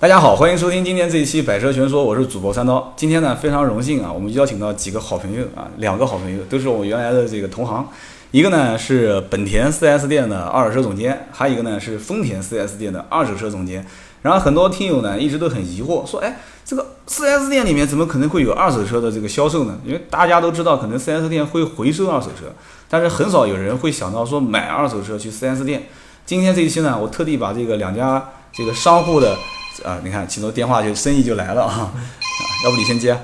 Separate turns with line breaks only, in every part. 大家好，欢迎收听今天这一期《百车全说》，我是主播三刀。今天呢，非常荣幸啊，我们邀请到几个好朋友啊，两个好朋友都是我原来的这个同行，一个呢是本田 4S 店的二手车总监，还有一个呢是丰田 4S 店的二手车总监。然后很多听友呢一直都很疑惑，说哎，这个 4S 店里面怎么可能会有二手车的这个销售呢？因为大家都知道，可能 4S 店会回收二手车，但是很少有人会想到说买二手车去 4S 店。今天这一期呢，我特地把这个两家这个商户的啊，你看，起头电话就生意就来了啊，啊要不你先接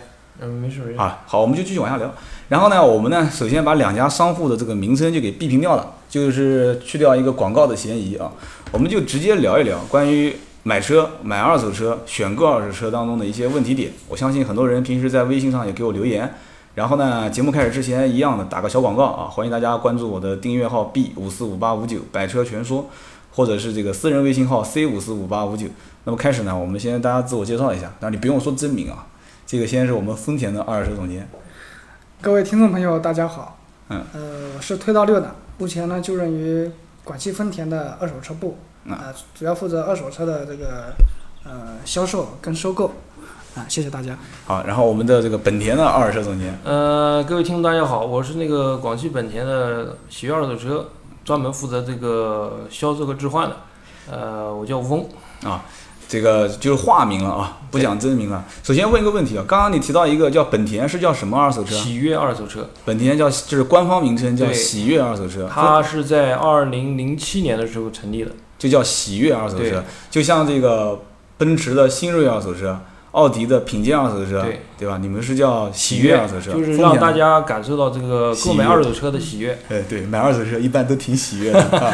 嗯，没事没事。
啊？好，我们就继续往下聊。然后呢，我们呢首先把两家商户的这个名称就给避平掉了，就是去掉一个广告的嫌疑啊。我们就直接聊一聊关于买车、买二手车、选购二手车当中的一些问题点。我相信很多人平时在微信上也给我留言。然后呢，节目开始之前一样的打个小广告啊，欢迎大家关注我的订阅号 B 五四五八五九百车全说，或者是这个私人微信号 C 五四五八五九。那么开始呢，我们先大家自我介绍一下，但你不用说真名啊。这个先是我们丰田的二手车总监，
各位听众朋友，大家好。
嗯。
呃，我是推到六的，目前呢就任于广汽丰田的二手车部，
嗯
啊、主要负责二手车的这个呃销售跟收购。啊，谢谢大家。
好，然后我们的这个本田的二手车总监，
呃，各位听众大家好，我是那个广汽本田的喜悦二手车，专门负责这个销售和置换的。呃，我叫吴峰，
这个就是化名了啊，不讲真名了。首先问一个问题啊，刚刚你提到一个叫本田是叫什么二手车？
喜悦二手车，
本田叫就是官方名称叫
对
喜悦二手车，
它是在二零零七年的时候成立的。
就叫喜悦二手
对
车，就像这个奔驰的新锐二手车，奥迪的品鉴二手车，
对
对吧？你们是叫喜悦二手车，
就是
丰
让
田
大家感受到这个购买二手车的喜悦。
哎对，买二手车一般都挺喜 悦的。啊、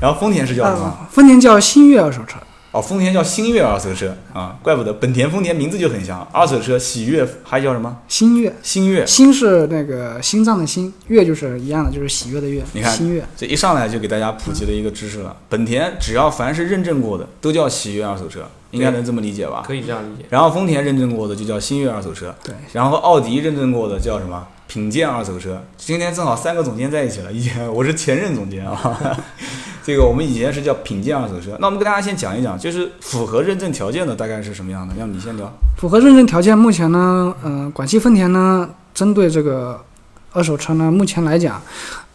然后丰田是叫什么？
啊，丰田叫新悦二手车。
哦，丰田叫星悦二手车啊，怪不得本田丰田名字就很像，二手车喜悦还叫什么？
新悦，
星悦。
新是那个心脏的心，悦就是一样的，就是喜悦的悦。
你看
新悦。
这一上来就给大家普及了一个知识了，本田只要凡是认证过的都叫喜悦二手车，应该能这么理解吧？
可以这样理解。
然后丰田认证过的就叫星悦二手车，
对，
然后奥迪认证过的叫什么？品鉴二手车。今天正好三个总监在一起了，以前我是前任总监啊。 这个我们以前是叫品鉴二手车。那我们跟大家先讲一讲，就是符合认证条件的大概是什么样的？要不你先聊。
符合认证条件，目前呢，呃，广汽丰田呢，针对这个二手车呢，目前来讲，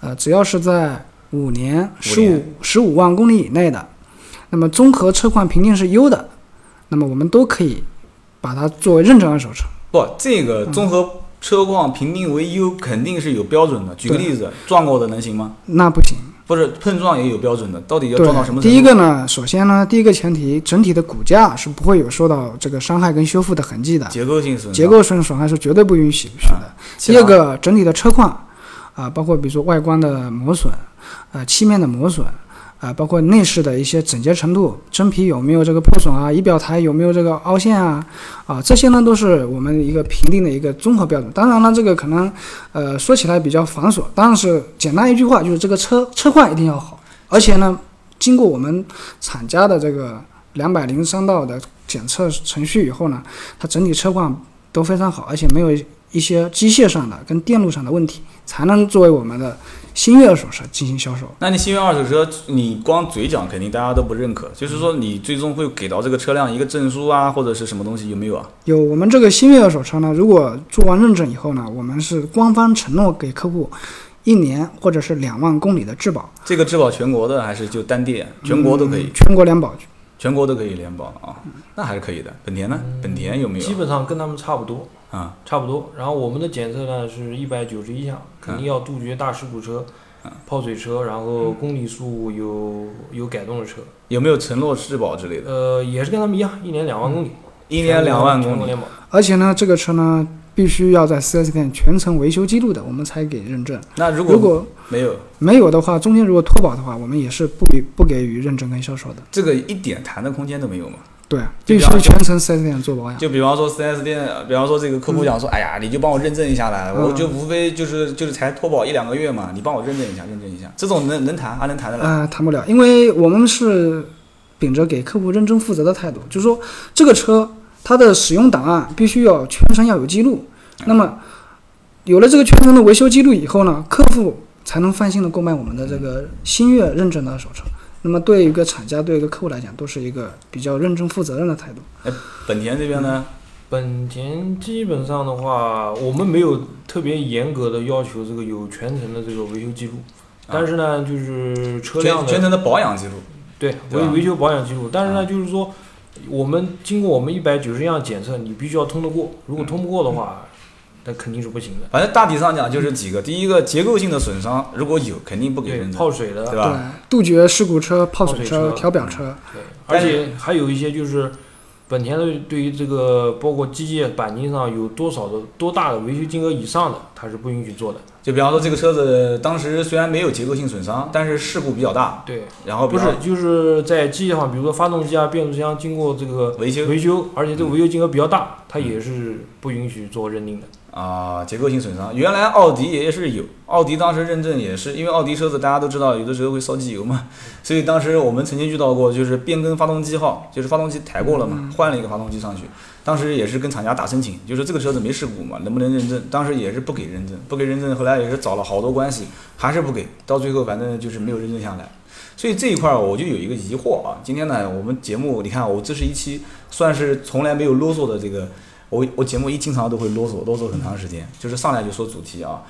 呃，只要是在五年、十
五
五
年、
十五万公里以内的，那么综合车况评定是优的，那么我们都可以把它作为认证二手车。
不，这个综合车况评定为优肯定是有标准的。举个
对
例子，撞过的能行吗？
那不行，
不是碰撞也有标准的，到底要撞到什么程度？
对，第一个呢，首先呢，第一个前提，整体的骨架是不会有受到这个伤害跟修复的痕迹的，
结构性损伤，
结构性损害是绝对不允许许
啊
的。
其
第二
他
个，整体的车况，啊、包括比如说外观的磨损，啊，漆面的磨损，啊、包括内饰的一些整洁程度，真皮有没有这个破损啊，仪表台有没有这个凹陷啊，啊、这些呢都是我们一个评定的一个综合标准。当然了，这个可能，呃，说起来比较繁琐，但是简单一句话就是这个车车况一定要好，而且呢，经过我们厂家的这个两百零三道的检测程序以后呢，它整体车况都非常好，而且没有一些机械上的跟电路上的问题，才能作为我们的新悦二手车进行销售。
那你新悦二手车，你光嘴讲肯定大家都不认可，就是说你最终会给到这个车辆一个证书啊，或者是什么东西有没有啊？
有我们这个新悦二手车呢，如果做完认证以后呢，我们是官方承诺给客户一年或者是两万公里的质保，
这个质保全国的还是就单店？全国都可以，
全国联保。
全国都可以联保啊，
嗯
那还是可以的。本田呢？本田有没有
基本上跟他们差不多，
啊？嗯
差不多。然后我们的检测呢是一百九十一项，肯定要杜绝大事故车、泡水车，然后公里数有有改动的车。
有没有承诺质保之类的？
呃，也是跟他们一样，一年两万公里，
嗯一年两万
全
公
国
里，
联保。
而且呢，这个车呢必须要在 4S 店全程维修记录的，我们才给认证。
那如
如
果
果
没有
没有的话，中间如果脱保的话，我们也是不予不给予认证跟销售的。
这个一点谈的空间都没有嘛？
对，啊
就
必
比
须
方
全程 4S 店做保养。
就比方说 4S 店，比方说这个客户讲说，哎呀，你就帮我认证一下来，
嗯
我就无非就是就是才脱保一两个月嘛，你帮我认证一下，认证一下，这种能能谈啊还能谈得
嗯
来？
呃，谈不了，因为我们是秉着给客户认真负责的态度，就是说这个车它的使用档案必须要全程要有记录。那么有了这个全程的维修记录以后呢，客户才能放心的购买我们的这个星越认证的二手车。那么对于一个厂家、对于一个客户来讲，都是一个比较认真负责任的态度。
本田这边呢，
本田基本上的话，我们没有特别严格的要求这个有全程的这个维修记录，但是呢，就是嗯车辆
啊全全程
的
的保养记录，
对
对
维
吧啊
维修保养记录，但是呢，就是说我们经过我们一百九十样检测，你必须要通得过，如
嗯
果通不过的话，那肯定是不行的。
反正大体上讲
嗯
就是几个，第一个结构性的损伤如果有，肯定不给
对
认，证，
泡水的
对，
对
吧？，
杜绝事故车、泡水
泡水
车、
车
调表车，
对，而
但是
且还有一些就是本田的对于这个包括机械钣金上有多少的多大的维修金额以上的，它是不允许做的。
就比方说这个车子当时虽然没有结构性损伤，但是事故比较大，
对，
然后比
不
方
是就是在机械上，比如说发动机啊、变速箱经过这个
维修
维修，而且这个维修金额比较大，它也是不允许做认定的。
啊、结构性损伤，原来奥迪也是有，奥迪当时认证也是，因为奥迪车子大家都知道，有的时候会烧机油嘛， 所以当时我们曾经遇到过，就是变更发动机号，就是发动机抬过了嘛，换了一个发动机上去，当时也是跟厂家打申请，就是这个车子没事故嘛，能不能认证？当时也是不给认证，不给认证，后来也是找了好多关系，还是不给，到最后反正就是没有认证下来。所以这一块儿我就有一个疑惑啊，今天呢，我们节目你看我这是一期算是从来没有啰嗦的这个我我节目一经常都会啰嗦啰嗦很长时间，就是上来就说主题啊。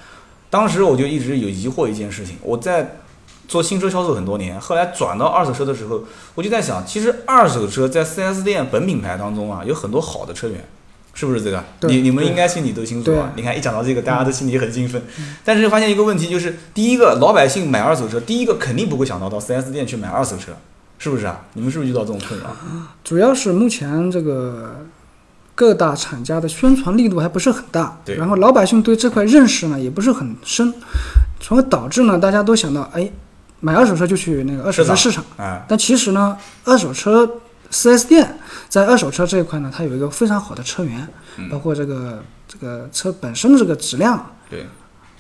当时我就一直有疑惑一件事情，我在做新车销售很多年，后来转到二手车的时候，我就在想，其实二手车在 4S 店本品牌当中啊，有很多好的车源，是不是这个？
对
你你们
对
应该心里都清楚啊你
对。
看一讲到这个，大家都心里很兴奋。
嗯
但是发现一个问题，就是第一个老百姓买二手车，第一个肯定不会想到到 4S 店去买二手车，是不是啊？你们是不是遇到这种 困扰？
主要是目前这个各大厂家的宣传力度还不是很大，
对
然后老百姓对这块认识呢也不是很深，从而导致呢大家都想到，哎，买二手车就去那个二手车市场，
啊、
但其实呢，二手车 4S 店在二手车这一块呢，它有一个非常好的车源，包括这个这个车本身的这个质量，
对，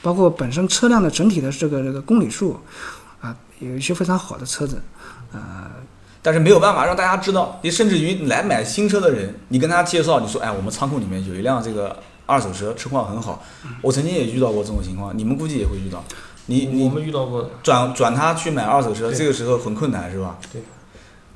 包括本身车辆的整体的这个这个公里数，啊，有一些非常好的车子，
但是没有办法让大家知道，你甚至于来买新车的人，你跟他介绍，你说，哎，我们仓库里面有一辆这个二手车，车况很好。
嗯
我曾经也遇到过这种情况，你们估计也会遇到。你
我
你
们遇到过的，
转转他去买二手车，
对
这个时候很困难，是吧？
对。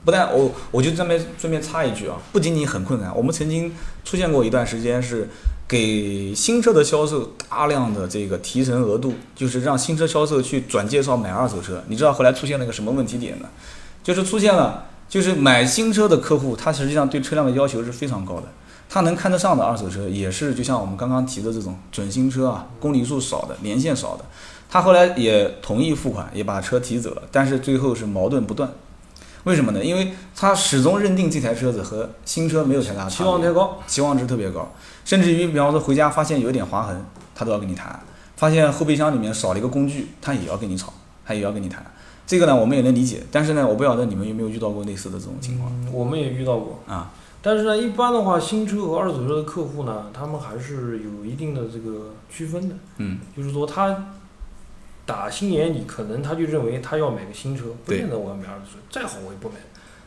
不但我我就这边顺便插一句啊，不仅仅很困难，我们曾经出现过一段时间是给新车的销售大量的这个提成额度，就是让新车销售去转介绍买二手车。你知道后来出现了一个什么问题点呢？就是出现了，就是买新车的客户，他实际上对车辆的要求是非常高的。他能看得上的二手车，也是就像我们刚刚提的这种准新车啊，公里数少的，年限少的。他后来也同意付款，也把车提走了，但是最后是矛盾不断。为什么呢？因为他始终认定这台车子和新车没有太大
期
差
望
别，
太高，
期望值特别高，甚至于比方说回家发现有一点划痕，他都要跟你谈；发现后备箱里面少了一个工具，他也要跟你吵，他也要跟你谈。这个呢，我们也能理解，但是呢，我不晓得你们有没有遇到过类似的这种情况
嗯我们也遇到过。
啊？
但是呢，一般的话，新车和二手车的客户呢，他们还是有一定的这个区分的，
嗯，
就是说他打心眼里可能他就认为他要买个新车，不
对
见得我要买二手车，再好我也不买。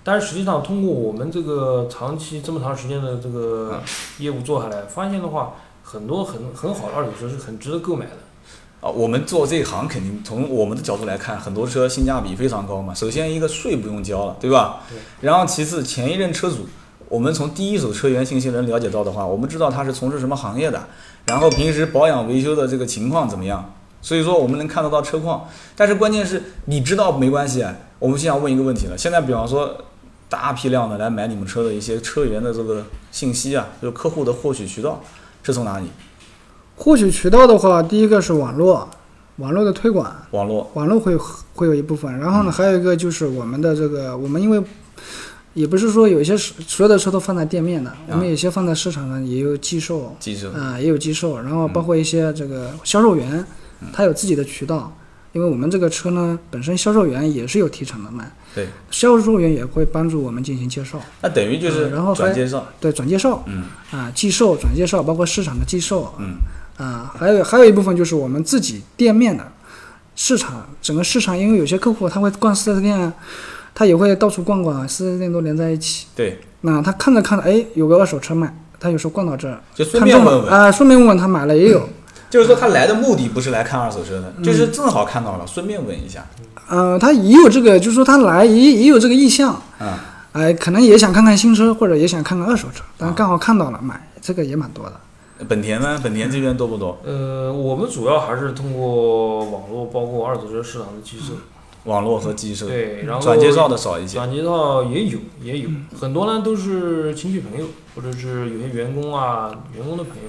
但是实际上，通过我们这个长期这么长时间的这个
啊
业务做下来，发现的话，很多很很好的二手车是很值得购买的。
啊，我们做这一行肯定从我们的角度来看，很多车性价比非常高嘛。首先一个税不用交了，对吧？
对
然后其次，前一任车主，我们从第一手车源信息能了解到的话，我们知道他是从事什么行业的，然后平时保养维修的这个情况怎么样。所以说我们能看得到车况，但是关键是你知道没关系啊。我们现在问一个问题了，现在比方说大批量的来买你们车的一些车源的这个信息啊，就是客户的获取渠道是从哪里？
获取渠道的话，第一个是网络，网络的推广，
网络。
网络会会有一部分，然后呢，还有一个就是我们的这个，我们因为也不是说有一些是所有的车都放在店面的，我们有些放在市场上也有啊寄售，
记住，
啊、也有寄售，然后包括一些这个销售员，他有自己的渠道，因为我们这个车呢本身销售员也是有提成的嘛，
对，
销售员也会帮助我们进行介绍，
那等于就是
嗯然后还
转介绍，
对，转介绍，
嗯，
啊、寄售、转介绍，包括市场的寄售，
嗯，
啊、还有还有一部分就是我们自己店面的市场，整个市场，因为有些客户他会逛四 S 店啊，他也会到处逛逛，四 S 店都连在一起，
对，
那他看着看着，哎，有个二手车卖，他有时候逛到这儿，
就顺
看
便
中了
问问，
啊、顺便问问他买了也有，
就是说他来的目的不是来看二手车的，
嗯
就是正好看到了，顺便问一下。
呃，他也有这个，就是说他来也也有这个意向，
嗯，
哎，可能也想看看新车，或者也想看看二手车，
啊
但刚好看到了买，这个也蛮多的。
本田
嗯
呢？本田这边多不多？
呃，我们主要还是通过网络，包括二手车市场的趋势，
网络和技术，
对，然
嗯
后
转介绍的少一些。嗯
转介绍也有也有，很多呢都是亲戚朋友，或者是有些员工啊，员工的朋友，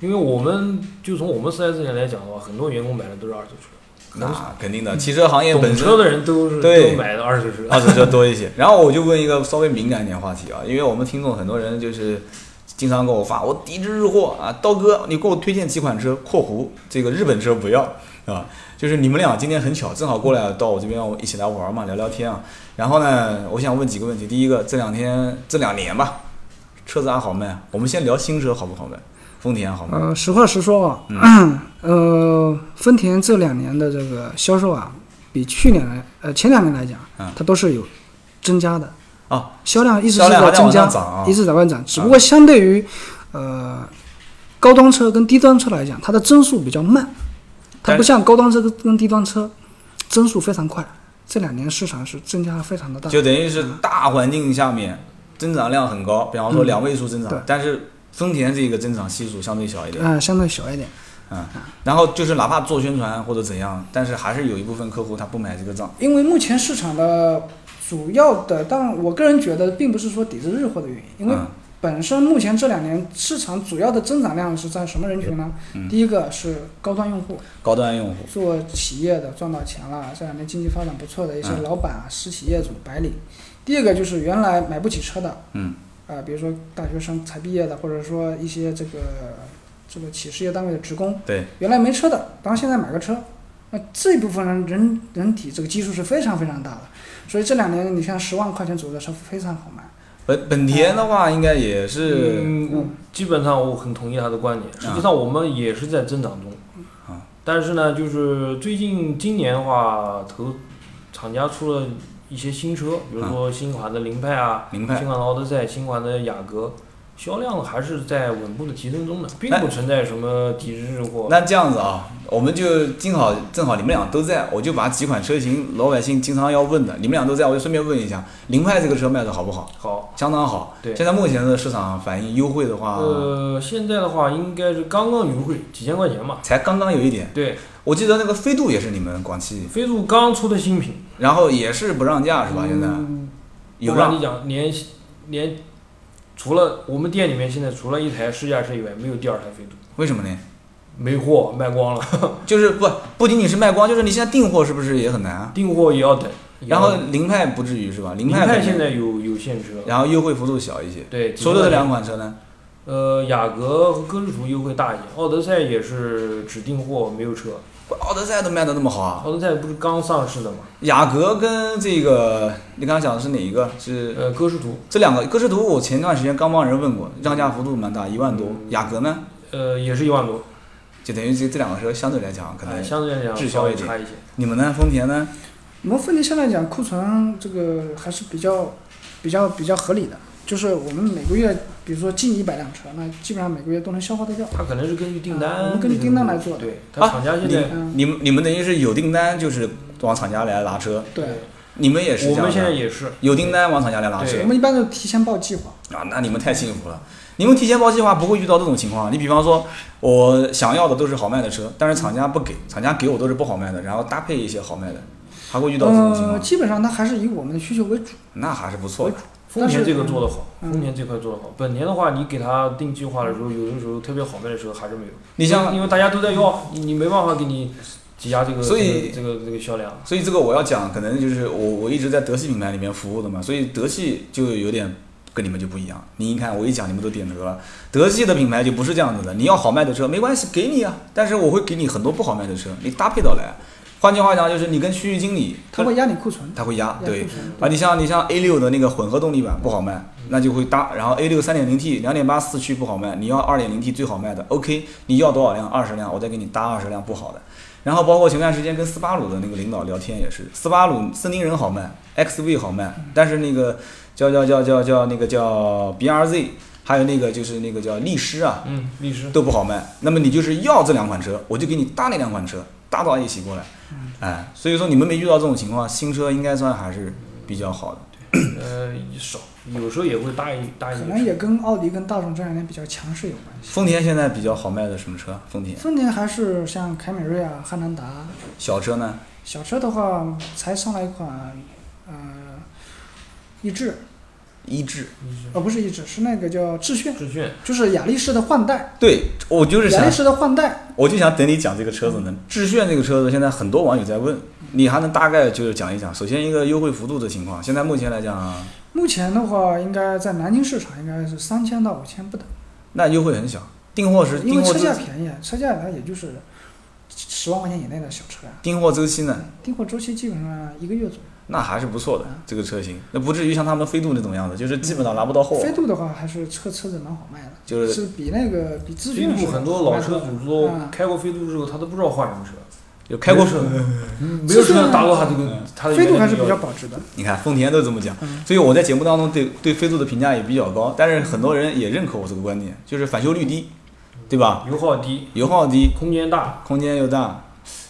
因为我们就从我们四 S 店来讲的话，很多员工买的都是二手车，可能
那肯定的，汽车行业
懂
本身
车的人都是
对啊
都买的二手车，
二手车多一些。然后我就问一个稍微敏感一点话题啊，因为我们听众很多人就是经常跟我发，我抵制日货啊，刀哥，你给我推荐几款车（括弧这个日本车不要啊）。就是你们俩今天很巧，正好过来到我这边，我一起来玩嘛，聊聊天啊。然后呢，我想问几个问题。第一个，这两天这两年吧，车子还好卖？我们先聊新车好不好卖？丰田好卖？
呃，实话实说啊，
嗯
呃，丰田这两年的这个销售啊，比去年来，呃，前两年来讲，
嗯
它都是有增加的，
啊，
销量一直
销
是
量还
在
在
增
往
加
上，涨啊
一直在往涨，只不过相对于，呃，高端车跟低端车来讲，它的增速比较慢，它
但
不像高端车跟跟低端车增速非常快，这两年市场是增加非常的大，
就等于是大环境下面增长量很高，比方说两位数增长，
嗯对
但是丰田这个增长系数相对小一点，
啊、相对小一点。
然后就是哪怕做宣传或者怎样，但是还是有一部分客户他不买这个账。
因为目前市场的主要的，但我个人觉得并不是说抵制日货的原因，因为
嗯
本身目前这两年市场主要的增长量是在什么人群呢？
嗯
第一个是高端用户，
高端用户，
做企业的赚到钱了，这两年经济发展不错的一些
嗯
老板啊、私企业主、白领。第二个就是原来买不起车的，
嗯，
啊、比如说大学生才毕业的，或者说一些这个这个企事业单位的职工，
对，
原来没车的，然后现在买个车，那这一部分人人人体这个基数是非常非常大的，所以这两年你像十万块钱左右的车非常好买。
本本田的话应该也是，
嗯，我基本上我很同意他的观点。实际上我们也是在增长中，
啊
但是呢，就是最近今年的话，投厂家出了一些新车，比如说新款的凌派啊，
凌派
新款的奥德赛，新款的雅阁，销量还是在稳步的提升中的，并
那
不存在什么抵制日货。
那这样子啊，我们就正好正好你们俩都在，我就把几款车型老百姓经常要问的，你们俩都在，我就顺便问一下，凌派这个车卖的好不好？
好，
相当好。
对
现在目前的市场反应优惠的话，
呃，现在的话应该是刚刚优惠几千块钱吧。
才刚刚有一点。
对，
我记得那个飞度也是你们广汽
飞度刚出的新品，
然后也是不让价是吧？现在
嗯
有
我跟
让
你讲，连连除了我们店里面现在除了一台试驾车以外，没有第二台飞度，
为什么呢？
没货卖光了，
就是不不仅仅是卖光，就是你现在订货是不是也很难啊？
订货也要等。
然后凌派不至于是吧？凌
凌
派
派
可能
现在有有现车，
然后优惠幅度小一些。
对，
除了这两款车呢？
呃雅阁和科士图优惠大一点，奥德赛也是只订货没有车，
奥德赛都卖的那么好啊？
奥德赛不是刚上市的嘛？
雅阁跟这个你刚刚讲的是哪一个？是
呃，科士图，
这两个？歌诗图我前段时间刚帮人问过，让价幅度蛮大，一万多。
嗯
雅阁呢，
呃，也是一万多，
就等于这这两个车相对来讲可
呃
能。
相对来讲
滞
稍
销一
微
点
差一些。
你们呢？丰田呢？
我们丰田现在讲库存这个还是比较比较比较合理的，就是我们每个月比如说进一百辆车，那基本上每个月都能消化得掉。
它可能是根据订
啊我
单，
们根据订单来做的
对，
啊
它厂家现在
嗯，
你们你们等于是有订单就是往厂家来拿车，
对，
你们也是这
我
样
们现在
的。
也是
有订单往厂家来拿车
对
我。们一般都提前报计划。
啊，那你们太幸福了！你们提前报计划不会遇到这种情况。你比方说，我想要的都是好卖的车，但是厂家不给，
嗯
厂家给我都是不好卖的，然后搭配一些好卖的，还会遇到这种情况，
嗯
呃，基本上它还是以我们的需求为主。
那还是不错的。
丰田这个做得好，
嗯
丰田这块做得好。本田的话，你给它定计划的时候，有的时候特别好卖的时候还是没有。
你像，
因为大家都在要，你你没办法给你挤压这个，
所以
这个这个这个销量。
所以这个我要讲，可能就是我我一直在德系品牌里面服务的嘛，所以德系就有点跟你们就不一样。你一看我一讲，你们都点头了。德系的品牌就不是这样子的，你要好卖的车没关系，给你啊，但是我会给你很多不好卖的车，你搭配到来。啊换句话讲，就是你跟区域经理，
它
他
会压你库存，
他会压，
压
对
库，存。
啊，你像你像 A 六的那个混合动力版不好卖，那就会搭，然后 A 六三点零 T 两点八四驱不好卖，你要二点零 T 最好卖的，OK，你要多少辆？二十辆，我再给你搭二十辆不好的。然后包括前段时间跟斯巴鲁的那个领导聊天也是，斯巴鲁森林人好卖，XV 好卖，但是那个叫叫叫叫叫那个叫 BRZ 还有那个就是那个叫力狮啊，
嗯，律师，
都不好卖。那么你就是要这两款车，我就给你搭那两款车，搭到一起过来。
嗯
哎，所以说你们没遇到这种情况，新车应该算还是比较好的。
呃，少，有时候也会搭一搭一
可
个
能也跟奥迪跟大众这两年比较强势有关系。
丰田现在比较好卖的什么车？丰田
丰田还是像凯美瑞啊、汉兰达，
小车呢？
小车的话才上来一款，呃，逸致，
一致。
律
呃，不是逸致，是那个叫致炫，
师致炫，
就是雅力士的换代，
对，我就是
雅
想
力，士的换代，
我就想等你讲这个车子呢。
嗯
致炫这个车子，现在很多网友在问，你还能大概就是讲一讲。首先一个优惠幅度的情况，现在目前来讲，啊
目前的话应该在南京市场应该是三千到五千不等，
那优惠很小，订货时
因为
订货
车
周
价便宜，车价它也就是十万块钱以内的小车啊，
订货周期呢，
订货周期基本上一个月左右。
那还是不错的这个车型，那不至于像他们飞度那种样子，就是基本上拿不到货。
飞度的话还是车车子蛮好卖的，
就是
比那个比资
飞
讯
度
是
很多老
卖
车
得
主都
嗯
开过飞度之后，他都不知道换什么车，
有开过嗯
没有车，嗯没
资
有
讯
车达到他这个他的
飞度
原来
还
的
是比
要
较保值的。
你看丰田都这么讲
嗯，
所以我在节目当中对对飞度的评价也比较高，但是很多人也认可我这个观点，就是返修率低，对吧？
求油耗低，
油耗低，
空间大，
空间又大，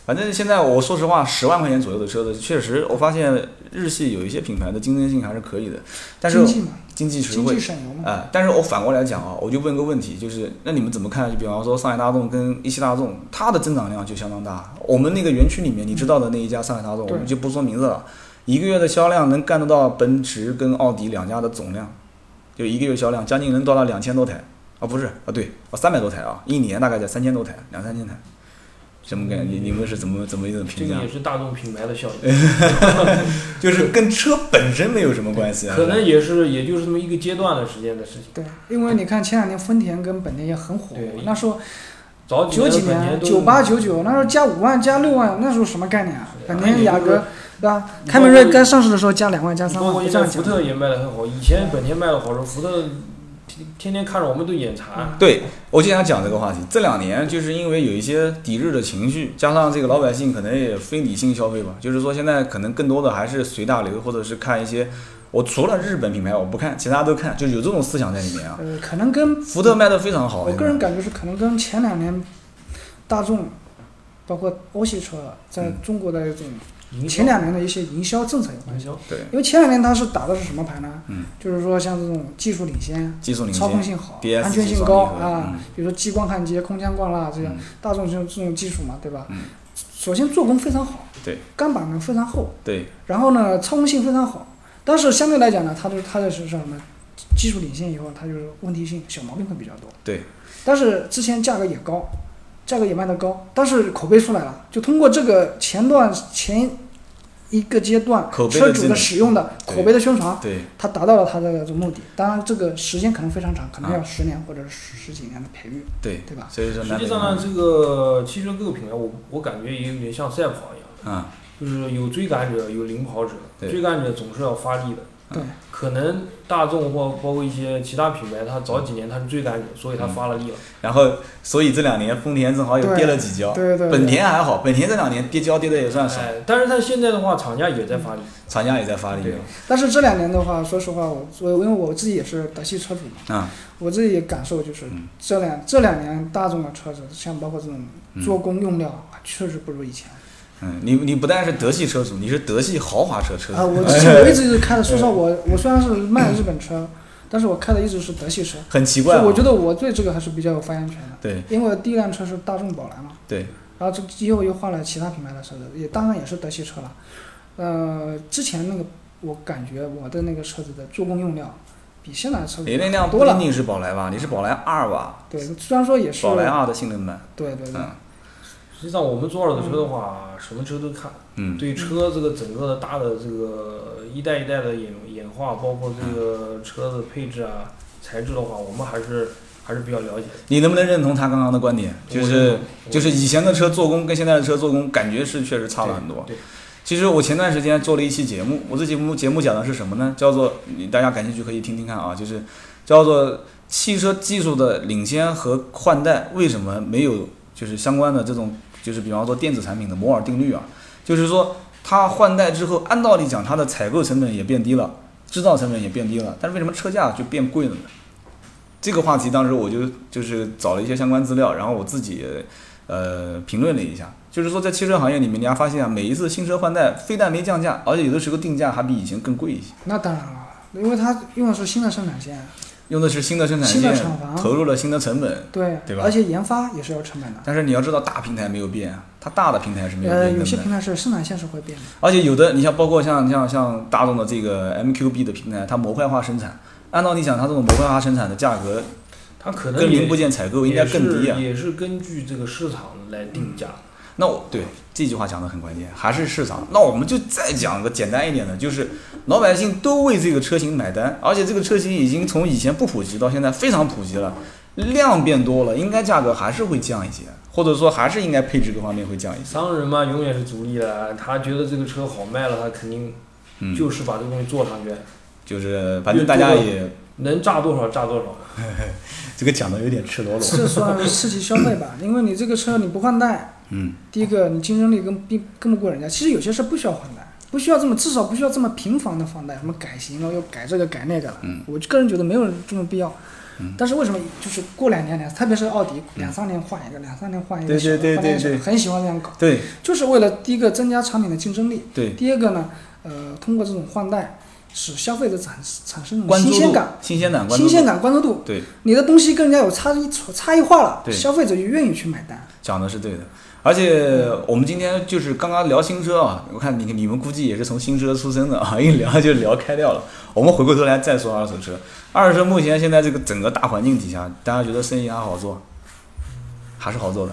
反正现在我说实话，十万块钱左右的车子，确实我发现日系有一些品牌的竞争性还是可以的，但是
经济嘛，
经济实
经
惠
济。省油嘛。
哎，但是我反过来讲啊，我就问个问题，就是那你们怎么看？就比方说上海大众跟一汽大众，它的增长量就相当大。我们那个园区里面，你知道的那一家上海大众，
对
我们就不说名字了，一个月的销量能干得到奔驰跟奥迪两家的总量，就一个月销量将近能到达两千多台啊，不是啊，对啊，三百多台啊，一年大概在三千多台，两三千台，什么感觉？你们是怎么怎么一种
这
评价
个也？是大众品牌的效应，
就是跟车本身没有什么关系啊，
可能也是也就是这么一个阶段的时间的事情。
对，因为你看前两年丰田跟本田也很火
对，
那时候
早
九几
几年的本田
年
都
九八九九，那时候加五万加六万，那时候什么概念啊？
对啊
本田雅
也就是
阁对吧？
你
凯美
包
瑞
括
刚上市的时候加两万加三
包
万，
括
不
现
这
在
样
福
讲。
特也卖得很好，以前本田卖得好时候，福特天天天看着我们都眼馋。
对，我就想讲这个话题。这两年就是因为有一些抵制的情绪，加上这个老百姓可能也非理性消费吧，就是说现在可能更多的还是随大流，或者是看一些我除了日本品牌我不看，其他都看，就有这种思想在里面啊。
呃，可能跟
福特卖的非常好，
我
现在
个人感觉是可能跟前两年大众，包括欧系车在
嗯
中国的这
营
种
销
嗯前两年的一些营销政策有关
营
系。
销，
对
因为前两年它是打的是什么牌呢？
嗯
就是说像这种技术领先。
技术领
操控
先。
性好，
BS
安全性
技术
高
很厉害
啊，
嗯
比如说激光焊接、空腔灌蜡这些，
嗯
大众这种这种技术嘛，对吧？
嗯
首先做工非常好，
对，
钢板呢非常厚，
对，
然后呢操控性非常好，但是相对来讲呢，它就是它的是什么？技术领先以后，它就是问题性小毛病会比较多。
对，
但是之前价格也高，价格也卖得高，但是口碑出来了，就通过这个前段前一个阶段
口碑的
车
积
主
累
的使用的
对
口碑的宣传，
对，
它达到了它的目的。当然，这个时间可能非常长，可
啊
能要十年或者十十几年的培育，
对，
对吧？
所以说
实
难
际
免
上呢，这个汽车各个品牌，我我感觉也有点像赛跑一样，
啊，
就是有追赶者，有领跑者，
对
追赶者总是要发力的。
啊
对，
可能大众或包括一些其他品牌，它早几年它是追赶者，所以
嗯
它发了力了。
然后所以这两年丰田正好又
对
跌了几跤，
对对对。
本田还好，本田这两年跌跤跌的也算少，
哎，但是它现在的话，厂家也在发力。
厂家也在发力
对，
但是这两年的话，说实话，我我因为我自己也是德系车主嘛，
啊，
我自己也感受就是
嗯
这两这两年大众的车子，像包括这种
嗯
做工用料啊，确实不如以前。
嗯，你你不但是德系车主，你是德系豪华车车主。
啊， 我之前我一直开的，说实话，我我虽然是卖日本车，但是我开的一直是德系车，
很奇
所
怪、
以
啊，
我觉得我对这个还是比较有发言权的。
对
因为我第一辆车是大众宝来嘛，
对，
然后这之后又换了其他品牌的车子，也当然也是德系车了。呃，之前那个我感觉我的那个车子的做工用料比现在的车子
你那辆
嗯多
不
了
仅。仅是宝来吧，你是宝来二吧？
对，虽然说也是
宝来二的性能版，
对对对，
嗯
实际上，我们做二手车的话，什么车都看。
嗯，
对车这个整个的大的这个一代一代的演演化，包括这个车子配置啊、材质的话，我们还是还是比较了解的。
你能不能认同他刚刚的观点？就
我
是
我
就是以前的车做工跟现在的车做工感觉是确实差了很多。
对对
其实我前段时间做了一期节目，我这节目节目讲的是什么呢？叫做你大家感兴趣可以听听看啊，就是叫做汽车技术的领先和换代为什么没有就是相关的这种就是比方说电子产品的摩尔定律啊，就是说它换代之后，按道理讲它的采购成本也变低了，制造成本也变低了，但是为什么车价就变贵了呢？这个话题当时我就就是找了一些相关资料，然后我自己呃评论了一下，就是说在汽车行业里面，你还发现啊，每一次新车换代，非但没降价，而且有的时候定价还比以前更贵一些，
那当然了，因为它用的是新的生产线，
用的是新的生产
新的
线
厂，房
投入了新的成本，
对，
对吧
而且研发也是要成本的。
但是你要知道，大平台没有变啊，它大的平台是没有
呃，
变
有
的。
些平台是生产线是会变的，
而且有的，你像包括像像像大众的这个 MQB 的平台，它模块化生产。按道理讲，它这种模块化生产的价格
它可能
跟
也
零部件采购应该更低啊
也是。也是根据这个市场来定价。
那我对这句话讲的很关键，还是市场。那我们就再讲个简单一点的，就是老百姓都为这个车型买单，而且这个车型已经从以前不普及到现在非常普及了，量变多了，应该价格还是会降一些，或者说还是应该配置各方面会降一些。
商人嘛，永远是逐利的，啊他觉得这个车好卖了，他肯定
嗯，
就是把这个东西做上去，
就是反正大家也
能炸多少炸多少。
这个讲的有点赤裸裸。
这算是刺激消费吧。因为你这个车你不换代，
嗯，
第一个你竞争力跟并跟不过人家。其实有些车不需要换代，不需要这么至少不需要这么频繁的换代，什么改型了又改这个改那个了。
嗯，
我个人觉得没有这么必要。但是为什么就是过两年两，特别是奥迪两三年换一个，两三年换一个，
对对对
换一个
对对
很喜欢这样搞，
对
就是为了第一个增加产品的竞争力，
对，
第二个呢，呃，通过这种换代，使消费者产产生一种
关注
新
度
鲜感、
新鲜感，关注
新
度
鲜感、关注度。
对，
你的东西跟人家有差异差异化了，
对
消费者就愿意去买单。
讲的是对的。而且我们今天就是刚刚聊新车啊，我看你你们估计也是从新车出生的啊，一聊就聊开掉了。我们回过头来再说二手车，二手车目前现在这个整个大环境底下，大家觉得生意还好做，还是好做的，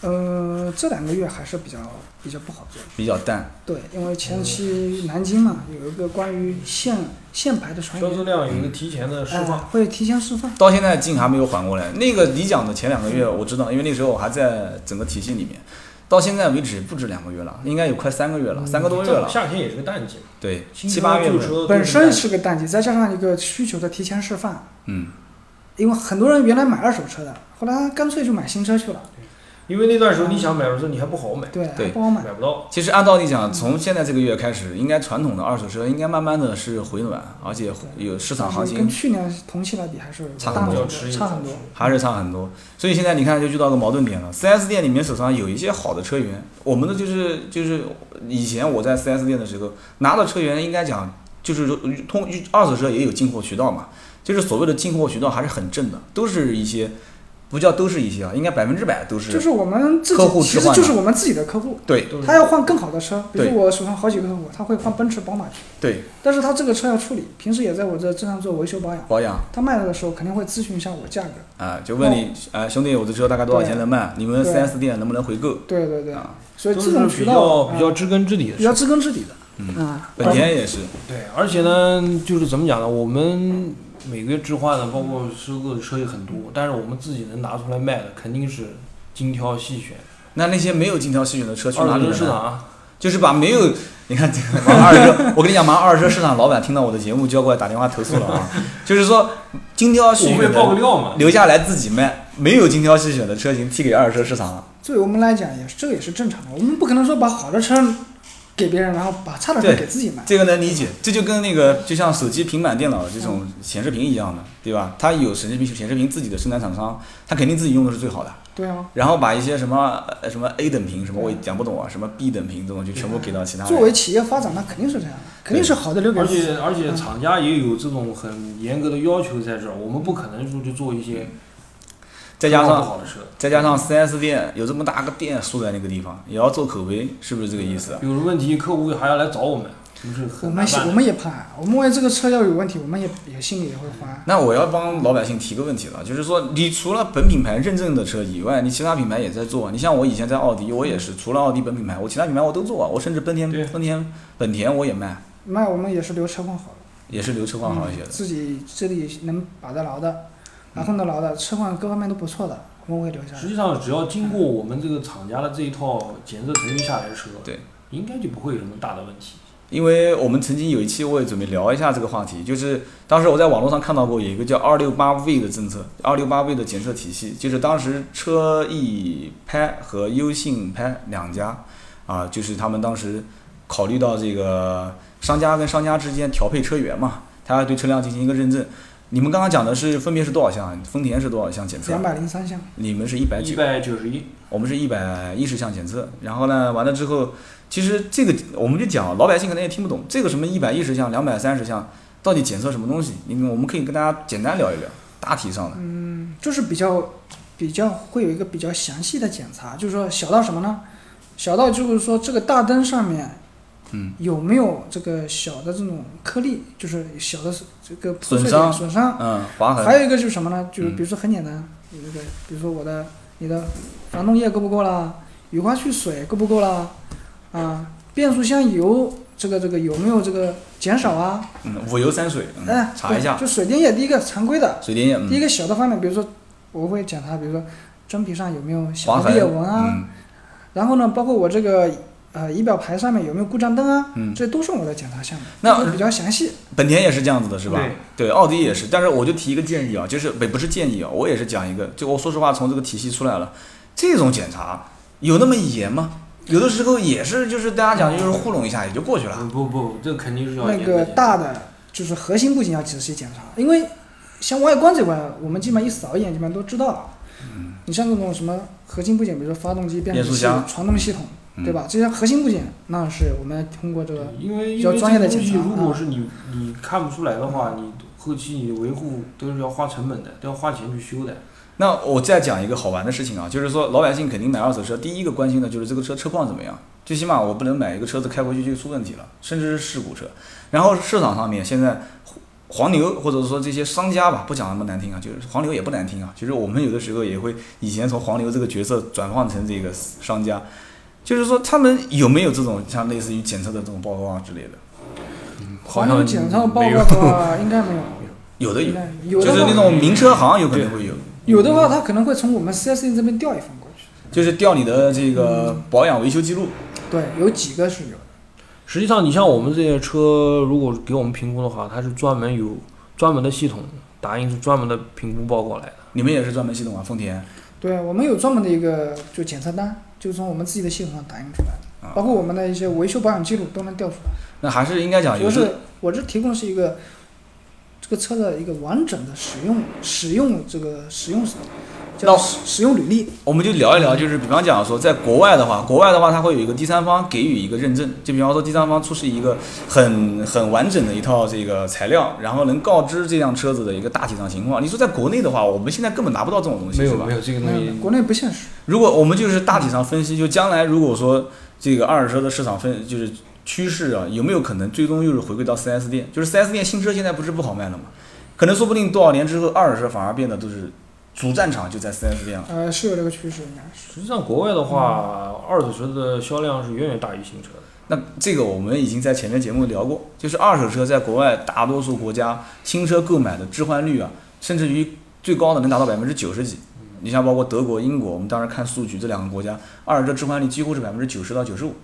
呃，这两个月还是比较比较不好做的，
比较淡。
对，因为前
嗯
期南京嘛有一个关于限限牌的传
销售
言，
量有一个提前的释
哎
放，
会提前释放。
到现在劲还没有缓过来。那个理想的前两个月我知道，因为那时候我还在整个体系里面，到现在为止不止两个月了，应该有快三个月了，三个多月
正好
了。
夏天嗯也是个淡季，
对，
新
七
车
八月
旧
份，
车
本身
是
是个淡季，再加上一个需求的提前释放，
嗯，
因为很多人原来买二手车的，后来干脆就买新车去了，
因为那段时候你想买的时候你还不好买，
对，
对
还不好买。
买不到，
其实按道理讲，从现在这个月开始，应该传统的二手车应该慢慢的是回暖，而且有市场行
就是跟
情
去年同期来比还是
差很
大很
多
多，
迟疑
差很多。
还是差很多。所以现在你看，就遇到个矛盾点了。4S 店里面手上有一些好的车源，我们的就是就是以前我在 4S 店的时候拿到车源，应该讲就是说通二手车也有进货渠道嘛，就是所谓的进货渠道还是很正的，都是一些不叫都是一些啊，应该百分之百都是
就是我们自
客户
己，
置
其
换的
实就是我们自己的客户，
对
都是
他要换更好的车，比
对
如我手上好几个客户，他会换奔驰、宝马去，
对
但是他这个车要处理，平时也在我这正常做维修保养，
保养。
他卖了的时候肯定会咨询一下我价格。
啊，就问你，啊，兄弟，我的车大概多少钱能卖？你们
对
4S 店能不能回购？
对对对
啊，
所以
都
这
是
种
比
渠
较
道
比较
啊
知根知底的
比。较知根知底的，嗯，
本田也是，
对，而且呢，就是怎么讲呢？我们每个月置换的，包括收购的车也很多，但是我们自己能拿出来卖的，肯定是精挑细选。
那那些没有精挑细选的车
二
去哪
手
里
车市
呢？
场啊，
就是把没有，你看这个马上二手车，我跟你讲，马上二手车市场老板听到我的节目就要过来打电话投诉了啊！就是说精挑细
我
选
会爆个
的
料嘛。
留下来自己卖，没有精挑细选的车型踢给二手车市场了。
作为我们来讲也是这个也是正常的，我们不可能说把好的车给别人，然后把差的车
对
给自己买。
这个能理解，这就跟那个就像手机、平板电脑这种显示屏一样的，对吧？它有显示屏，显示屏自己的生产厂商，它肯定自己用的是最好的。
对啊，
然后把一些什么呃什么 A 等屏什么我也讲不懂啊，什么 B 等屏这种就全部给到其他
作
人。
为企业发展，那肯定是这样的，肯定是好的留给
而
自己
且。而
嗯
且厂家也有这种很严格的要求在这儿，我们不可能说去做一些
再加
不
上
好的车。
再加上 4S 店有这么大个店竖在那个地方，也要做口碑，是不是这个意思啊？
有问题客户还要来找我们，不是
我
很麻
们
烦
我
的。
们也怕，我们万一这个车要有问题，我们也也心里也会慌。
嗯
那我要帮老百姓提个问题了，就是说，你除了本品牌认证的车以外，你其他品牌也在做。你像我以前在奥迪，我也是除了奥迪本品牌，我其他品牌我都做啊，我甚至本田
对
本田本田我也卖，
那我们也是留车况好了，
也是留车况好一些的。
嗯自己这里能把得牢的，把控得牢的，车况各方面都不错的，我们会留下来
实。际上，只要经过我们这个厂家的这一套检测程序下来的车，
对，
应该就不会有什么大的问题。
因为我们曾经有一期我也准备聊一下这个话题，就是当时我在网络上看到过有一个叫二六八 V 的政策，二六八 V 的检测体系，就是当时车易拍和优信拍两家，啊，就是他们当时考虑到这个商家跟商家之间调配车源嘛，他要对车辆进行一个认证。你们刚刚讲的是分别是多少项？丰田是多少项检测？
两百零三项，
你们是一百
一
九，
百九十一，
我们是一百一十项检测。然后呢，完了之后，其实这个我们就讲，老百姓可能也听不懂这个什么一百一十项、两百三十项，到底检测什么东西？你我们可以跟大家简单聊一聊，大体上的。
嗯就是比较比较会有一个比较详细的检查，就是说小到什么呢？小到就是说这个大灯上面，
嗯，
有没有这个小的这种颗粒，就是小的这个破
损
碎
伤
点损伤。
嗯，划
还
痕。
有一个就是什么呢？就是
嗯
比如说很简单，有一个比如说我的你的防冻液够不够啦，雨刮去水够不够啦，啊，变速箱油这个这个有没有这个减少啊？
嗯，五油三水，
哎
嗯，，查一下
对就水电液第一个常规的，
水电液。
第一
嗯，
个小的方面，比如说我会检查，比如说真皮上有没有
划
小的
痕。
裂纹啊，
嗯
然后呢，包括我这个呃仪表盘上面有没有故障灯啊，
嗯，
这都是我的检查项目，
那
都会比较详细。
本田也是这样子的，是吧？
对
对，奥迪也是，但是我就提一个建议啊，就是不不是建议啊，我也是讲一个，就我说实话，从这个体系出来了，这种检查有那么严吗？有的时候也是，就是大家讲就是糊弄一下也就过去了。
不不不，这肯定是要
那
严格
个
检
大的就是核心部件要仔细检查，因为像外观这块，我们基本上一扫一眼基本上都知道。你像这种什么核心部件，比如说发动机、变
嗯变
速
速
器、
箱嗯
传动系统，对吧？这些核心部件，那是我们通过这个
因为
比
因
较
为
专业的
这个
检查
东西如
啊
果是你你看不出来的话，你后期你维护都是要花成本的，都要花钱去修的。
那我再讲一个好玩的事情啊，就是说老百姓肯定买二手车，第一个关心的就是这个车车况怎么样，最起码我不能买一个车子开回去就出问题了，甚至是事故车。然后市场上面现在黄牛或者说这些商家吧，不讲那么难听啊，就是黄牛也不难听啊，其实我们有的时候也会以前从黄牛这个角色转换成这个商家，就是说他们有没有这种像类似于检测的这种报告啊之类的？
黄牛检测报
嗯没有
告的话，应 该没有，
有的有
应，该有
就
的
是
话
那种名车行有可能会有，
有的话，他可能会从我们 4S 这边调一份过去。
就是调你的这个保养维修记录。
对，有几个是有的。
实际上，你像我们这些车，如果给我们评估的话，它是专门有专门的系统，打印出专门的评估报告来的。
你们也是专门系统啊，丰田。
对，我们有专门的一个就检测单，就从我们自己的系统上打印出来
啊
的，包括我们的一些维修保养记录都能调出来。
那还是应该讲，
主要
啊有时
是我这提供的是一个这个车的一个完整的使用使用这个使用叫
那
使使用履历。
我们就聊一聊，就是比方讲说，在国外的话，国外的话，它会有一个第三方给予一个认证，就比方说第三方出示一个很很完整的一套这个材料，然后能告知这辆车子的一个大体上情况。你说在国内的话，我们现在根本拿不到这种东西，是吧？
有这个
嗯，国内不现实。
如果我们就是大体上分析，就将来如果说这个二手车的市场分就是趋势啊，有没有可能最终又是回归到 4S 店？就是 4S 店新车现在不是不好卖了吗？可能说不定多少年之后，二手车反而变得都是主战场就在 4S 店了。
呃，是有这个趋势，应该是。
实际上，国外的话，二手车的销量是远远大于新车的。
那这个我们已经在前面节目聊过，就是二手车在国外大多数国家新车购买的置换率啊，甚至于最高的能达到百分之九十几。你像包括德国、英国，我们当时看数据，这两个国家二手车置换率几乎是百分之九十到九十五。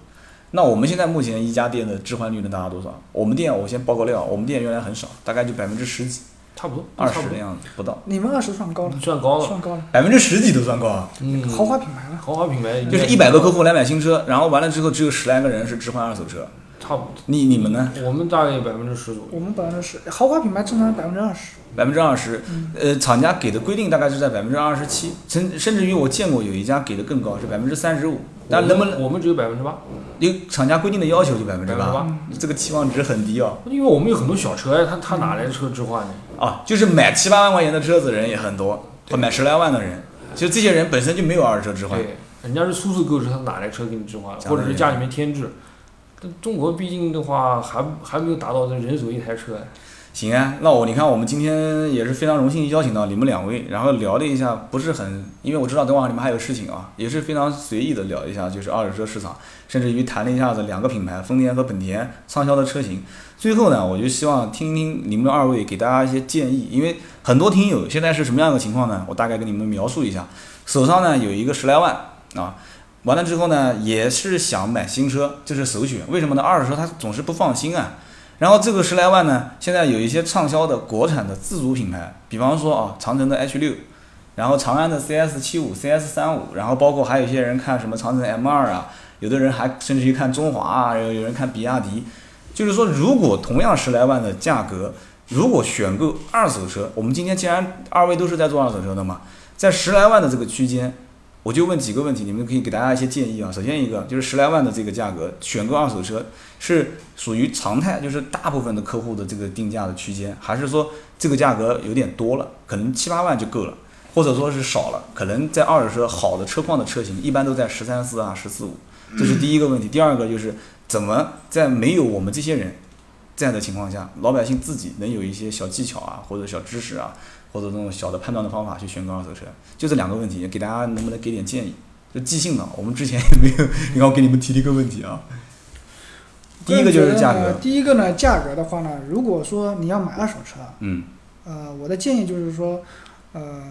那我们现在目前一家店的置换率能达到多少？我们店我先报个料，我们店原来很少，大概就百分之十几、
差不多，
二十
差不
的
多
样子，不到，
你们二十算高了，
算高了。
算高了，
百分之十几都算高啊。
嗯，
豪华品嗯牌了。
豪华品牌应
就是
该
一百个客户来买新车，然后完了之后只有十来个人是置换二手车。
差不多。
你你们呢？
我们大概百分之十左右。
我们百分之十，豪华品牌正常百分之二十。
百分之二十，
嗯
呃，厂家给的规定大概是在百分之二十七，甚甚至于我见过有一家给的更高，是百分之三十五。但能不能
我们只有百分之八？
有厂家规定的要求就百分之
哦百分之
八，
八，
这个期望值很低哦。
因为我们有很多小车，哎他他哪来的车置换呢？
啊，就是买七八万块钱的车子的人也很多，或买十来万的人，其实这些人本身就没有二手车置换。
对，人家是出事购置，他哪来车给你置换，
讲得
或者是家里面添置。但中国毕竟的话，还还没有达到这人手一台车。
行啊，那我你看，我们今天也是非常荣幸邀请到你们两位，然后聊了一下，不是很，因为我知道等会儿你们还有事情啊，也是非常随意的聊一下，就是二手车市场，甚至于谈了一下子两个品牌丰田和本田畅销的车型。最后呢，我就希望听听你们二位给大家一些建议，因为很多听友现在是什么样的情况呢？我大概跟你们描述一下，手上呢有一个十来万啊。完了之后呢，也是想买新车，这是首选。为什么呢？二手车他总是不放心啊，然后这个十来万呢，现在有一些畅销的国产的自主品牌，比方说啊，长城的 H 六，然后长安的 CS 七五、CS 三五，然后包括还有一些人看什么长城 M 二啊，有的人还甚至于看中华啊，有有人看比亚迪，就是说，如果同样十来万的价格，如果选购二手车，我们今天既然二位都是在做二手车的嘛，在十来万的这个区间，我就问几个问题，你们可以给大家一些建议啊。首先一个就是十来万的这个价格，选购二手车是属于常态，就是大部分的客户的这个定价的区间，还是说这个价格有点多了，可能七八万就够了，或者说是少了，可能在二手车好的车况的车型一般都在十三四啊、十四五，这是第一个问题。第二个就是怎么在没有我们这些人这样的情况下，老百姓自己能有一些小技巧啊，或者小知识啊，或者那种小的判断的方法去选购二手车，就这两个问题，给大家能不能给点建议？就即兴的，啊我们之前也没有，你看我给你们提了一个问题啊。第一个就是价
我个人觉得呢
格，
呃第一个呢，价格的话呢，如果说你要买二手车，
嗯，
呃，我的建议就是说，呃，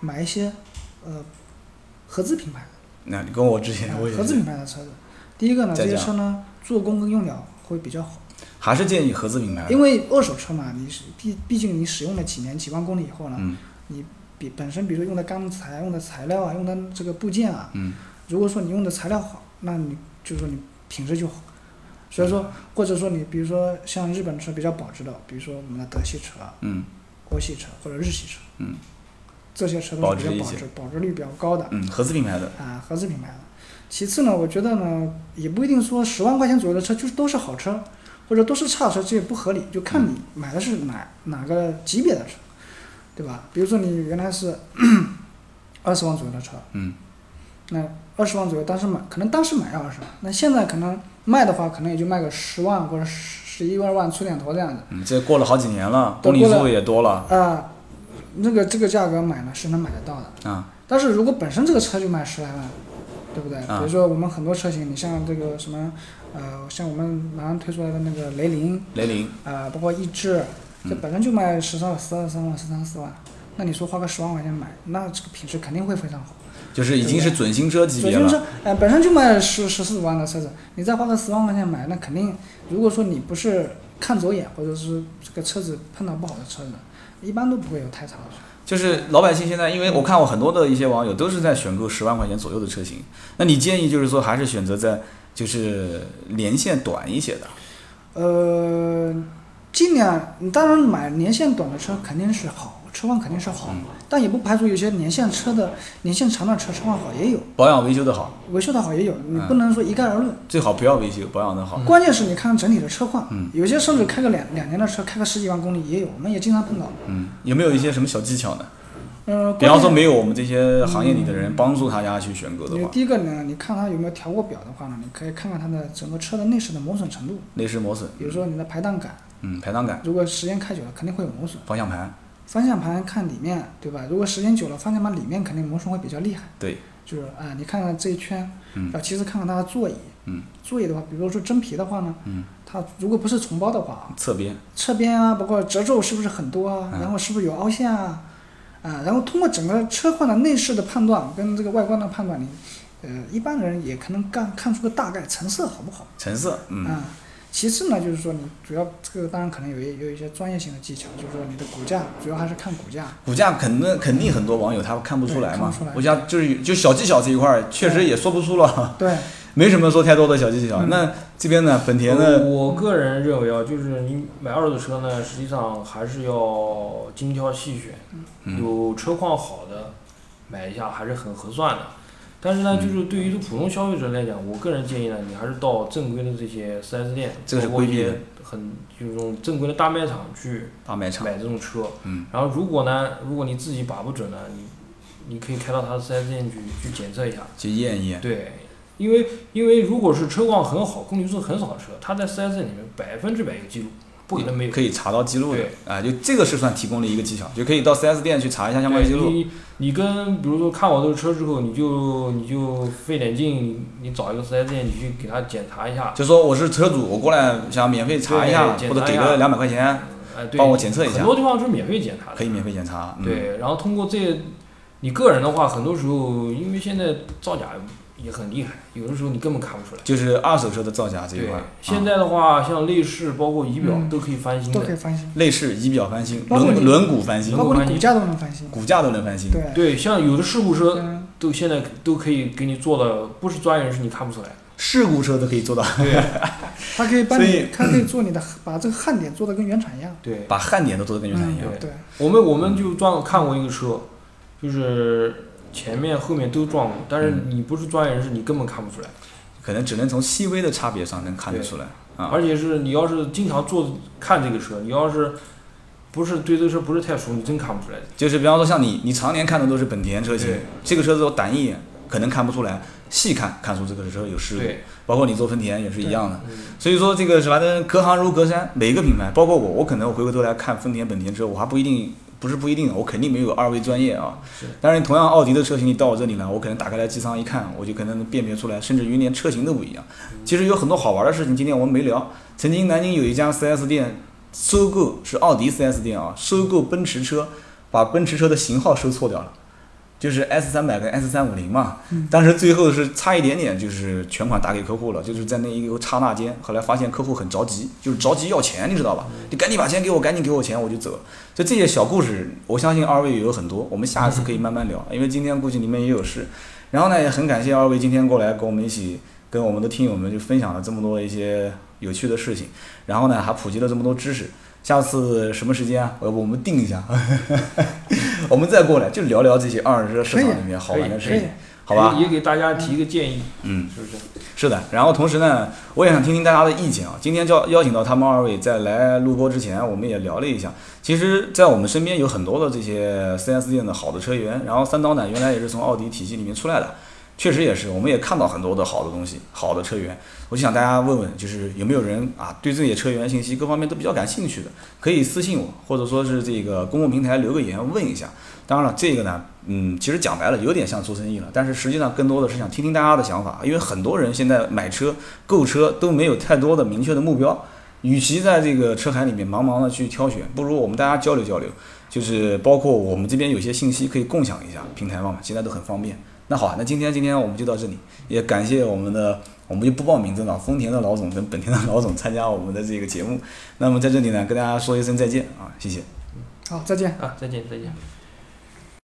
买一些呃合资品牌的，
那你跟我之前我也
合资
是
品牌的车子。第一个呢，
再
这些
讲
车呢，做工跟用料会比较好，
还是建议合资品牌的，
因为二手车嘛，你是毕毕竟你使用了几年、几万公里以后呢，
嗯
比本身比如说用的钢材、用的材料啊、用的这个部件啊，
嗯，
如果说你用的材料好，那你就是说你品质就好。所以说，
嗯
或者说你比如说像日本车比较保值的，比如说我们的德系车啊、
嗯
欧系车或者日系车，
嗯，
这些车
保
都
值
是比
一
较保
些
值、保值率比较高的
嗯，合资品牌的，
啊，合资品牌的。其次呢，我觉得呢，也不一定说十万块钱左右的车就是都是好车，或者都是差车，这也不合理，就看你买的是哪、哪个级别的车，对吧？比如说你原来是 二十万左右的车，
嗯，
那二十万左右当时买，可能当时买要二十万，那现在可能卖的话，可能也就卖个十万或者十一二万出点头这样子。
嗯，这过了好几年了，
都
公里
过了
数也多了
啊、那个这个价格买呢是能买得到的。
啊，
但是如果本身这个车就卖十来万，对不对？
啊
比如说我们很多车型，你像这个什么，呃，像我们马上推出来的那个雷凌
雷凌，
啊、包括逸致，
嗯
这本身就卖十三、十二三万、十三四万，那你说花个十万块钱买，那这个品质肯定会非常好。
就是已经是准新车级
准
别
新
了，
车，呃，本身就卖十十四五万的车子，你再花个十万块钱买，那肯定，如果说你不是看走眼，或者是这个车子碰到不好的车子，一般都不会有太差的车。
就是老百姓现在，因为我看我很多的一些网友都是在选购十万块钱左右的车型，那你建议就是说还是选择在就是年限短一些的，
呃，尽量，你当然买年限短的车肯定是好，车况肯定是好，
嗯
但也不排除有些年限车的年限长的车车况好也有，
保养维修的好，
维修的好也有，你
嗯
不能说一概而论。
最好不要维修，保养的好，
关键是你看整体的车况，
嗯
有些甚至开个两两年的车，开个十几万公里也有，我们也经常碰到。
嗯，有没有一些什么小技巧呢？
嗯、呃，
比方说
关键
没有我们这些行业里的人帮助大家去选购的
你
话，
第一个呢，你看它有没有调过表的话呢，你可以看看它的整个车的内饰的磨损程度，
内饰磨损，
比如说你的排档杆，
嗯，排档杆、
如果时间开久了肯定会有磨损。
方向盘，
方向盘看里面，对吧？如果时间久了，方向盘里面肯定磨损会比较厉害。
对，
就是啊、你看看这一圈，
嗯
然后其实看看它的座椅，
嗯
座椅的话，比如说真皮的话呢，
嗯
它如果不是重包的话啊，
侧边，
侧边啊，包括褶皱是不是很多啊？
嗯
然后是不是有凹陷啊？啊，然后通过整个车况的内饰的判断跟这个外观的判断，你呃一般人也可能看看出个大概成色好不好。
成色，嗯，
啊。其次呢，就是说你主要这个当然可能有一有一些专业性的技巧，就是说你的骨架主要还是看骨架，
骨架肯定肯定很多网友他看不出来嘛
对看不出来，
骨架就是有就小技巧这一块儿确实也说不出了。
对，
没什么说太多的小技巧。
嗯
那这边呢，本田呢，
呃我个人认为啊，就是你买二手车呢，实际上还是要精挑细选，
嗯
有车况好的买一下还是很合算的。但是呢，就是
嗯
对于普通消费者来讲，我个人建议呢，你还是到正规的这些 4S 店，
这个是
包括一
规避的
些很就是这种正规的大卖场去
大卖场，
买这种车。
嗯
然后如果呢，如果你自己把不准呢，你你可以开到他的 4S 店去去检测一下。
去验一验。
对，因为因为如果是车况很好、公里数很少的车，它在 4S 店里面百分之百有记录，不可能没有。
可以查到记录的啊，就这个是算提供了一个技巧，就可以到 4S 店去查一下相关记
对
录。
你你跟比如说看我这个车之后，你就你就费点劲，你找一个 4S 店，你去给他检查一下，
就说我是车主，我过来想免费查一下，
对
或者给
检查
个
一
两百块钱，
哎，对，
帮我检测一下
很多地方是免费检查的，
可以免费检查。嗯，
对，然后通过这，你个人的话，很多时候因为现在造假也很厉害，有的时候你根本看不出来。
就是二手车的造啊假这一
对
块儿，，
现
啊
在的话，像内饰包括仪表
嗯
都可以翻新
都
的
可，以翻新，
内饰、仪表翻新，
包括
轮
你
轮毂翻嗯新
能
包，
够
括
翻
你
新
骨架都能翻新，
骨架都能翻新。
对，
对，像有的事故车
嗯，
都现在都可以给你做的，不是专业人士你看不出来。
事故车都可以做到，
它可以把
所
你
以，
它可以做你的，把这个焊点做的跟原厂一样。
对，
把焊点都做得跟原厂一样。
嗯、对，
我们我们就撞看过一个车，就是前面后面都撞过，但是
嗯
你不是专业人士，你根本看不出来。
可能只能从细微的差别上能看得出来啊。
而且是你要是经常坐看这个车，你要是不是对这个车不是太熟，你真看不出来。
就是比方说像你，你常年看的都是本田车型
对，
这个车子我打一眼可能看不出来，细看看出这个车有事故。
对，
包括你做丰田也是一样的。
嗯
所以说这个是吧？但隔行如隔山，每一个品牌，包括我，我可能我回过头来看丰田、本田车，我还不一定。不是不一定，我肯定没有二位专业啊
是。
当然，同样奥迪的车型你到我这里来，我可能打开来机舱一看，我就可能辨别出来，甚至于连车型都不一样。其实有很多好玩的事情，今天我们没聊。曾经南京有一家 4S 店收购是奥迪 4S 店啊，收购奔驰车，把奔驰车的型号收错掉了，就是 S 三百跟 S 三五零嘛。当时最后是差一点点，就是全款打给客户了，就是在那一个刹那间，后来发现客户很着急，就是着急要钱，你知道吧？你赶紧把钱给我，赶紧给我钱，我就走了。就这些小故事，我相信二位也有很多，我们下一次可以慢慢聊，因为今天估计你们也
嗯
有事。然后呢，也很感谢二位今天过来跟我们一起，跟我们的听友们就分享了这么多一些有趣的事情，然后呢还普及了这么多知识。下次什么时间啊？我我们定一下， 我们再过来就聊聊这些二手车市场里面好玩的事
可以
情，好吧？
也也给大家提一个建议，
嗯，
是不是？
是的。然后同时呢，我也想听听大家的意见啊。今天叫邀请到他们二位在来录播之前，我们也聊了一下。其实，在我们身边有很多的这些 4S 店的好的车源，然后三刀呢，原来也是从奥迪体系里面出来的。确实也是，我们也看到很多的好的东西，好的车源。我就想大家问问，就是有没有人啊，对这些车源信息各方面都比较感兴趣的，可以私信我，或者说是这个公共平台留个言问一下。当然了，这个呢，嗯，其实讲白了有点像做生意了，但是实际上更多的是想听听大家的想法，因为很多人现在买车、购车都没有太多的明确的目标，与其在这个车海里面茫茫的去挑选，不如我们大家交流交流，就是包括我们这边有些信息可以共享一下，平台上嘛，现在都很方便。那好，啊那今天今天我们就到这里，也感谢我们的，我们就不报名字了，丰田的老总跟本田的老总参加我们的这个节目，那么在这里呢，跟大家说一声再见啊，谢谢。
好，再见。
啊，再见再见。